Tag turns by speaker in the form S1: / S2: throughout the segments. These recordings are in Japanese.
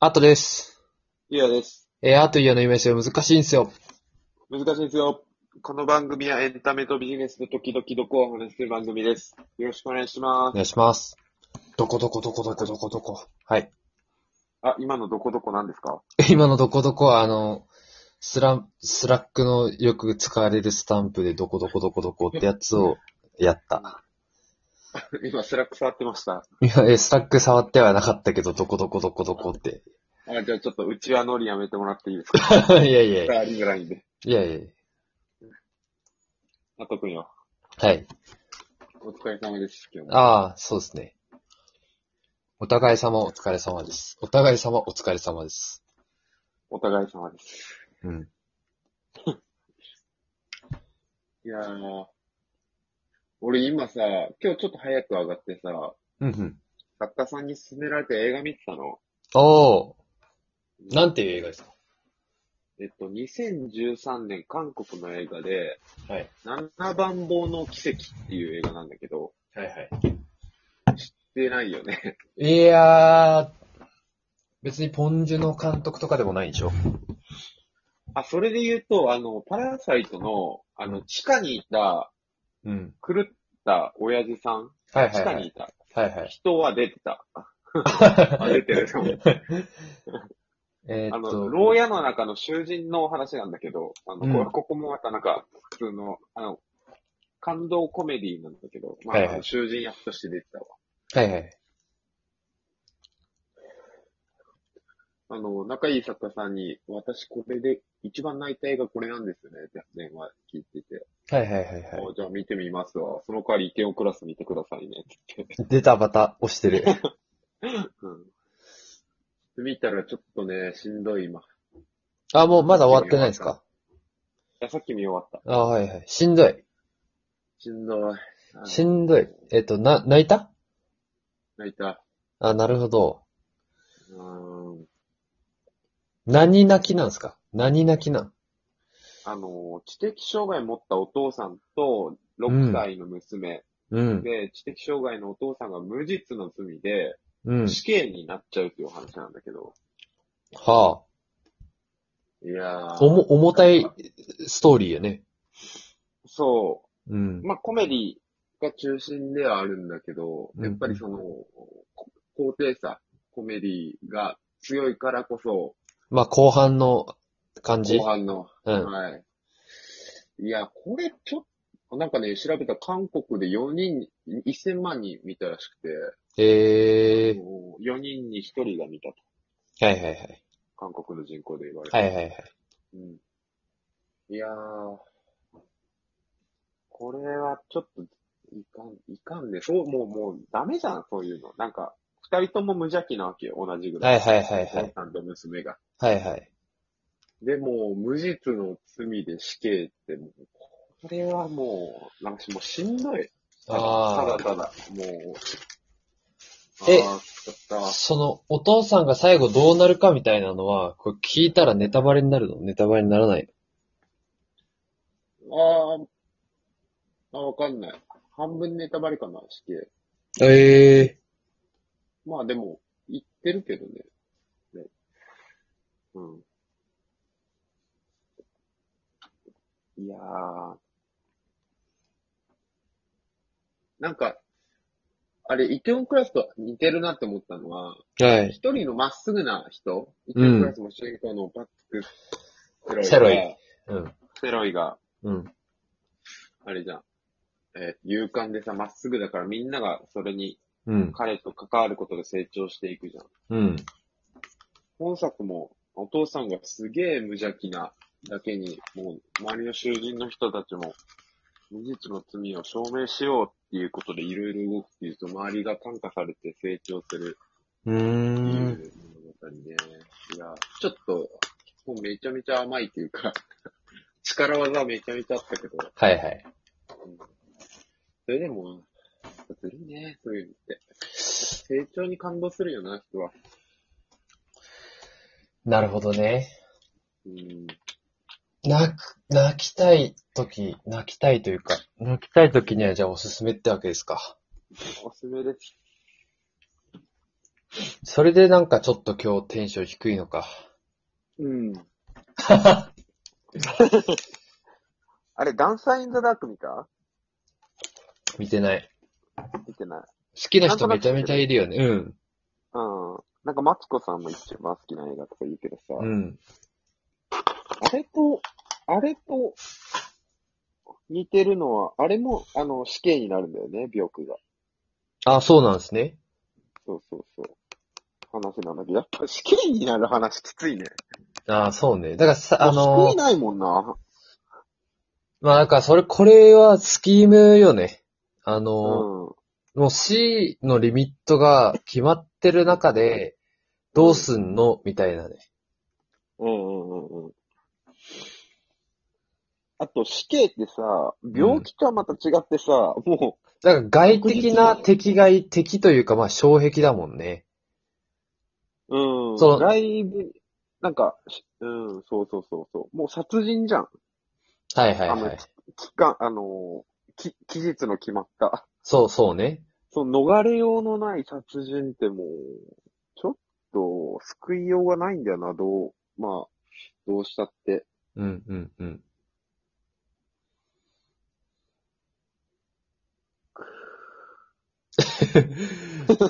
S1: アートです。
S2: ゆうやです。
S1: えーアートイヤーのイメージは難しいんですよ。
S2: 難しいですよ。この番組はエンタメとビジネスで時々どこを話する番組です。よろしくお願いしま
S1: お
S2: す。
S1: 願いします。どこどこどこどこどこどこ。はい。
S2: あ、今のどこどこなんですか
S1: 今のどこどこは、あの、スラン、スラックのよく使われるスタンプでどこどこどこどこってやつをやった。
S2: 今、スラック触ってました。
S1: いや、えースラック触ってはなかったけど、どこどこどこどこって。
S2: あ、じゃあちょっと、うちはノリやめてもらっていいですか
S1: いやいやいや。
S2: ありぐらいんで。
S1: いやいやい
S2: あとくんよ。
S1: や。はい。
S2: お疲れ様です、今日も。
S1: ああ、そうですね。お互い様お疲れ様です。お互い様お疲れ様です。
S2: お互い様です。
S1: うん。
S2: いやー。俺今さ、今日ちょっと早く上がってさ、
S1: うんうん。
S2: 作家さんに勧められて映画見てたの。
S1: おー。なんていう映画ですか
S2: えっと、2013年韓国の映画で、
S1: はい。
S2: 七番棒の奇跡っていう映画なんだけど、
S1: はいはい。
S2: 出ないよね。
S1: いやー、別にポンジュの監督とかでもないでしょ
S2: あ、それで言うと、あの、パラサイトの、あ
S1: う
S2: の、地下にいた、
S1: うん。
S2: 狂った親父さん、
S1: はいは
S2: 地
S1: いは
S2: 下
S1: い。
S2: にいた、
S1: はいはい。
S2: 人は出 てた。あ出てると思う。
S1: え
S2: あ
S1: ーっ
S2: の、
S1: と、
S2: 牢屋の中の囚人のお話なんだけど、あの、
S1: うん
S2: こここもまたなんか、普通の、あの、感動コメディなんだけど、まあ、
S1: はいはい
S2: 囚人役として出てたわ。
S1: はいはい。
S2: あの、仲いい作家さんに、私これで、一番泣いた映画これなんですよね、って電話聞いてて、
S1: はいはいはいは
S2: おじゃあ見てみますわ。その代わりイテオンクラス見てくださいね、って言って。
S1: い。出たバタ押して る。
S2: うん。見たらちょっとね、しんどい今。い
S1: あ、もうまだ終わってないですか
S2: や、さっき見終わった。
S1: あはいはい。しんどい。
S2: しんどい。あ
S1: しんどい。えーっと、な、泣いた
S2: 泣いた。
S1: あ、なるほど。
S2: うーん。
S1: 何泣きなんですか何泣きなん
S2: あの、知的障害持ったお父さんと、6歳の娘、
S1: うん。
S2: で、知的障害のお父さんが無実の罪で、
S1: うん。
S2: 死刑になっちゃうっていうお話なんだけど。
S1: はい
S2: や
S1: あ。
S2: ー。
S1: おも、重たいストーリーよね。
S2: そう。
S1: うん。
S2: まあ、コメディが中心ではあるんだけど、
S1: うん
S2: やっぱりその、こ高低差、コメディが強いからこそ、
S1: まあ、後半の感じ。
S2: 後半の、
S1: うん。
S2: はい。いや、これちょっと、なんかね、調べたら韓国で4人、1000万人見たらしく
S1: え
S2: て、もう4人に1人が見たと。
S1: ー。はいはいはい。
S2: 韓国の人口で言われて。
S1: はいはいはい。
S2: うん。いやー、これはちょっと、いかん、いかんで、そう、もう、もう、ダメじゃん、そういうの。なんか、二人とも無邪気なわけよ、同じぐらい。
S1: はいはいはいはい
S2: お父さんと娘が。
S1: はいはい。
S2: でも、無実の罪で死刑って、もう、これはもう、なんかもうしんどい。ただ
S1: あ
S2: ただただ、もう、
S1: え
S2: あー疲れた
S1: あ。その、お父さんが最後どうなるかみたいなのは、これ聞いたらネタバレになるのネタバレにならない
S2: あーあ、わかんない。半分ネタバレかな、死刑。
S1: のええ
S2: まあでも、言ってるけどね。ねうん。いやー。なんか、あれ、イテオンクラスと似てるなって思ったのは、
S1: はい。
S2: 一人のまっすぐな人、イテオンクラスも主人公のパック、セロイが
S1: セロイ。うん。
S2: セロイが、
S1: うん。
S2: あれじゃん。えー勇敢でさ、まっすぐだからみんながそれに、
S1: うん。
S2: 彼と関わることで成長していくじゃん。
S1: うん。
S2: 本作も、お父さんがすげえ無邪気なだけに、もう、周りの囚人の人たちも、無実の罪を証明しようっていうことでいろいろ動くっていうと、周りが感化されて成長する
S1: う
S2: っていう
S1: ー
S2: 物
S1: ん。
S2: 語ね。いや、ちょっと、もうめちゃめちゃ甘いっていうか、力技めちゃめちゃあったけど、
S1: はいはい。
S2: それでも、ずるいね、そういうのって。成長に感動するよな、人は。
S1: なるほどね。
S2: うん。
S1: 泣く、泣きたいとき、泣きたいというか、泣きたいときにはじゃあおすすめってわけですか。
S2: おすすめです。
S1: それでなんかちょっと今日テンション低いのか。
S2: うん。 あれ、ダンサーインザダーク見た
S1: 見てない。
S2: 見てない。
S1: 好きな人めちゃめちゃいるよね。うん。
S2: うん。なんか、マツコさんも一番好きな映画とか言うけどさ、
S1: うん。
S2: あれと、あれと、似てるのは、あれも、あの、死刑になるんだよね、病気が。
S1: あ、そうなんですね。
S2: そうそうそう。話なんだけど、やっぱ死刑になる話きついね。
S1: あそうね。だからさ、あ
S2: もう
S1: の
S2: 救い、ないもんな。
S1: まあなんかそれ、これはスキームよね。あ
S2: う
S1: の、
S2: ん。
S1: もう C のリミットが決まってる中で、どうすんのみたいなね。
S2: うんうんうんうん。あと、死刑ってさ、病気とはまた違ってさ、も
S1: だから外的な敵がい、敵というかまあ障壁だもんね。
S2: う、うん、
S1: その
S2: 外部、なんか、しうん、そうそうそうそう。もう殺人じゃん。
S1: はいはい
S2: あ
S1: は
S2: の
S1: い。
S2: 期間、あのー、き、期日の決まった。
S1: そうそうね。
S2: その逃れようのない殺人ってもう、ちょっと救いようがないんだよな、どう、まあ、どうした って。
S1: うんうんうん。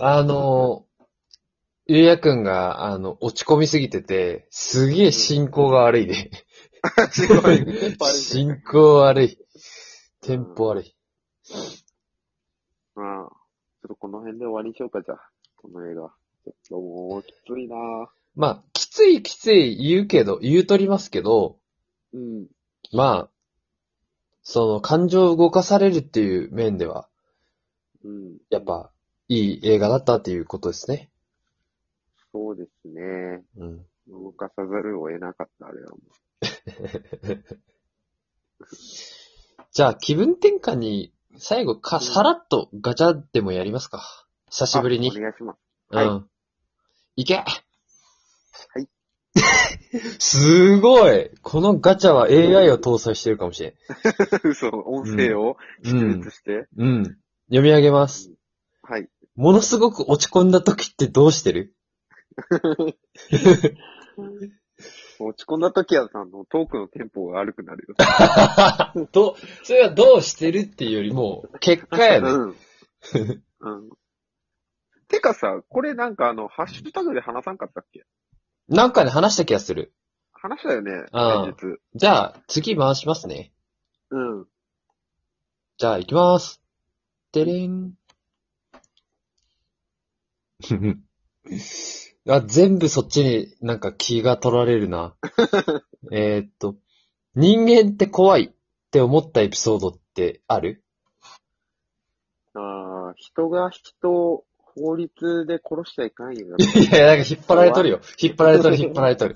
S1: あの、ゆうやくんが、あの、落ち込みすぎてて、すげえ進行が悪いね。
S2: すごいテンポ悪いね
S1: 進行悪い。テンポ悪い。
S2: うん。ちょっとこの辺で終わりにしようか、じゃあ。この映画。ちょっともう、きついなぁ。
S1: まあ、きついきつい言うけど、言うとりますけど、
S2: うん。
S1: まあ、その、感情を動かされるっていう面では、
S2: うん。
S1: やっ。ぱ、いい映画だったっていうことですね。
S2: そうですね。
S1: うん。
S2: 動かさざるを得なかった、あれはも
S1: じゃあ、気分転換に、最後か、
S2: うん
S1: さらっとガチャでもやりますか。久
S2: う。
S1: しぶりに。
S2: あお願いします。はい。
S1: うん。いけはい すごいこのガチャは AI を搭載してるかもしれ
S2: 嘘、音声を
S1: ん。
S2: 記述して。
S1: うん。うん。読み上げます。
S2: はい。
S1: ものすごく落ち込んだ時ってどうして る
S2: 落ち込んだ時は、あの、トークのテンポが悪くなるよ。
S1: ど、それはどうしてるっていうよりも、結果やね。
S2: うん。うん。てかさ、これなんかあの、ハッシュタグで話さんかったっけ
S1: なんかで話した気がする。
S2: 話したよね、
S1: ああ
S2: 先日。
S1: じゃあ、次回しますね。
S2: うん。
S1: じゃあ、行きます。てれん。 あ、全部そっちになんか気が取られる な。えーっと、人間って怖いって思ったエピソードってある
S2: ああ、人が人を法律で殺しちゃいかん よな。
S1: いや、なんか引っ張られとるよ。引っ張られとる、引っ張られと る。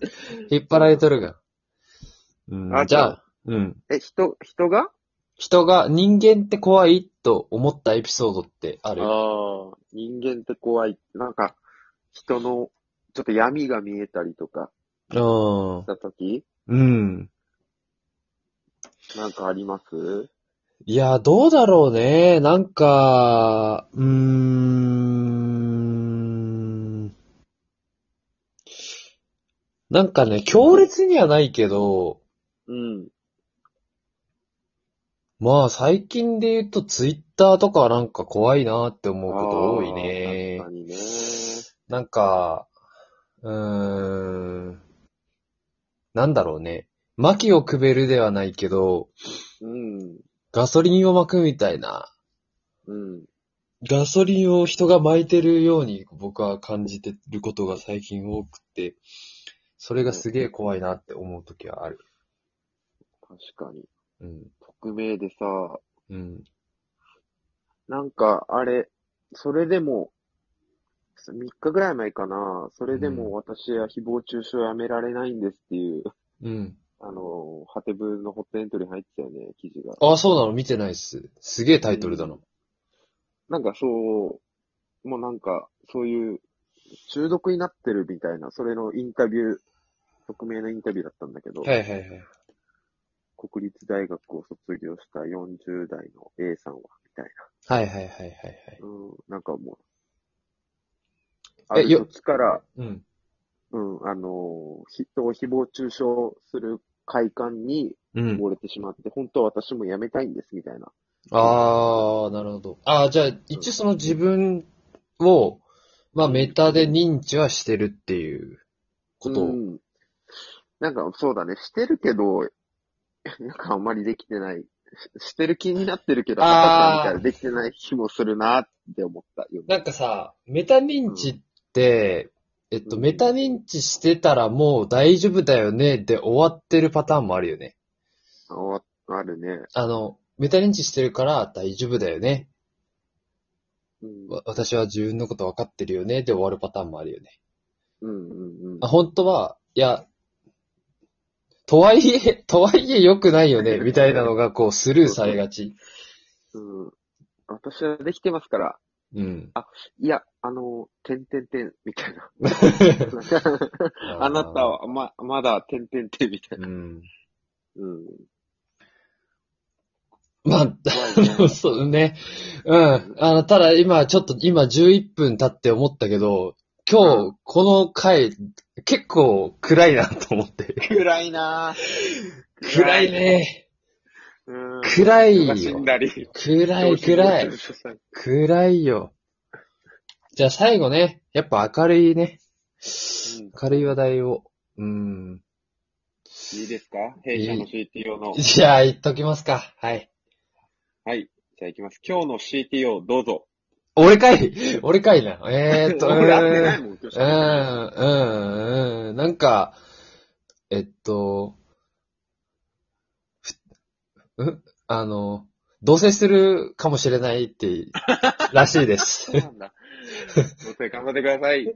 S1: 引っ張られとるが。うん、
S2: あ
S1: じゃあ、うん。
S2: え、人、人が
S1: 人が人間って怖いと思ったエピソードってある
S2: ああ、人間って怖い。なんか、人の、ちょっと闇が見えたりとか
S1: うん
S2: し。たとき、
S1: うん。
S2: なんかあります
S1: いや、どうだろうね。なんか、うーん。なんかね、強烈にはないけど、
S2: うん。
S1: まあ最近で言うとツイッターとかはなんか怖いなって思うこと多いね
S2: あー確か。にね。
S1: なんか、うーん。なんだろうね。薪をくべるではないけど、
S2: うん。
S1: ガソリンを巻くみたいな。
S2: うん。
S1: ガソリンを人が巻いてるように僕は感じてることが最近多くて、それがすげえ怖いなって思う時はある。
S2: 確かに。
S1: うん。
S2: 匿名でさ、
S1: うん。
S2: なんか、あれ、それでも、3日ぐらい前かな、それで
S1: うん
S2: も私は誹謗中傷やめられないんですっていう、
S1: うん。
S2: あの、ハテブのホットエントリー入ってたよね、記事が。
S1: ああ、そうなの見てないっす。すげえタイトルだな。
S2: なんかそう、もうなんか、そういう、中毒になってるみたいな、それのインタビュー、匿名のインタビューだったんだけど、
S1: はいはいはい。
S2: 国立大学を卒業した40代の A さんは、みたい
S1: はいはいはいはいはい。
S2: な。うん、なんかもある
S1: よ
S2: 時から、
S1: うん。
S2: うん、あの、人を誹謗中傷する快感に
S1: うん。
S2: 溺れてしまって、本当は私も辞めたいんです、みたいな。
S1: ああ、なるほど。ああ、じゃあ、一応その自分を、まあメタで認知はしてるっていうことを。
S2: うん。なんか、そうだね、してるけど、なんかあんまりできてない。ししてる気になってるけど、
S1: あー
S2: みたいなできてない気もするなって思ったよね。
S1: なんかさ、メタ認知って、えっと、
S2: うん
S1: メタ認知してたらもう大丈夫だよねで終わってるパターンもあるよね。
S2: ああるね。
S1: あの、メタ認知してるから大丈夫だよね。
S2: うん。
S1: わ私は自分のこと分かってるよねで終わるパターンもあるよね。
S2: うんうんうん
S1: あ、。本当は、いや、とはいえ、 とはいえ良くないよね、みたいなのがこうスルーされがち。
S2: うん、私はできてますから、
S1: うん。
S2: いや、あの、てんてんてん、みたい な。
S1: あ
S2: あなた。は、ま、まだ、てんてんてん、みたいな。
S1: うん。
S2: うん。
S1: まあ、
S2: 怖い ね
S1: そうね。うん。あの、ただ今、ちょっと今11分経って思ったけど、今
S2: う
S1: 日、この回、結構暗いなと思って。
S2: 暗いなぁ。
S1: 暗い。ね。
S2: うん。
S1: 暗い
S2: 人が死
S1: よ
S2: ん。だり。
S1: 暗い、暗い。。暗いよ。じゃあ最後ね、やっぱ明るいね。明るい話題を。うん。
S2: いいですか弊社の CTO の。
S1: じゃあ、言っときますか。はい。
S2: はい。じゃあ行きます。今日の CTO どうぞ。
S1: 俺かい俺かいな。えー っと、う
S2: 俺会ってない
S1: ーん。
S2: もん、今日
S1: うん、うん、うん。なんか、えっと、ふうんあの、同棲するかもしれないって、らしいです。
S2: そうなんだ。ご清聴頑張ってください。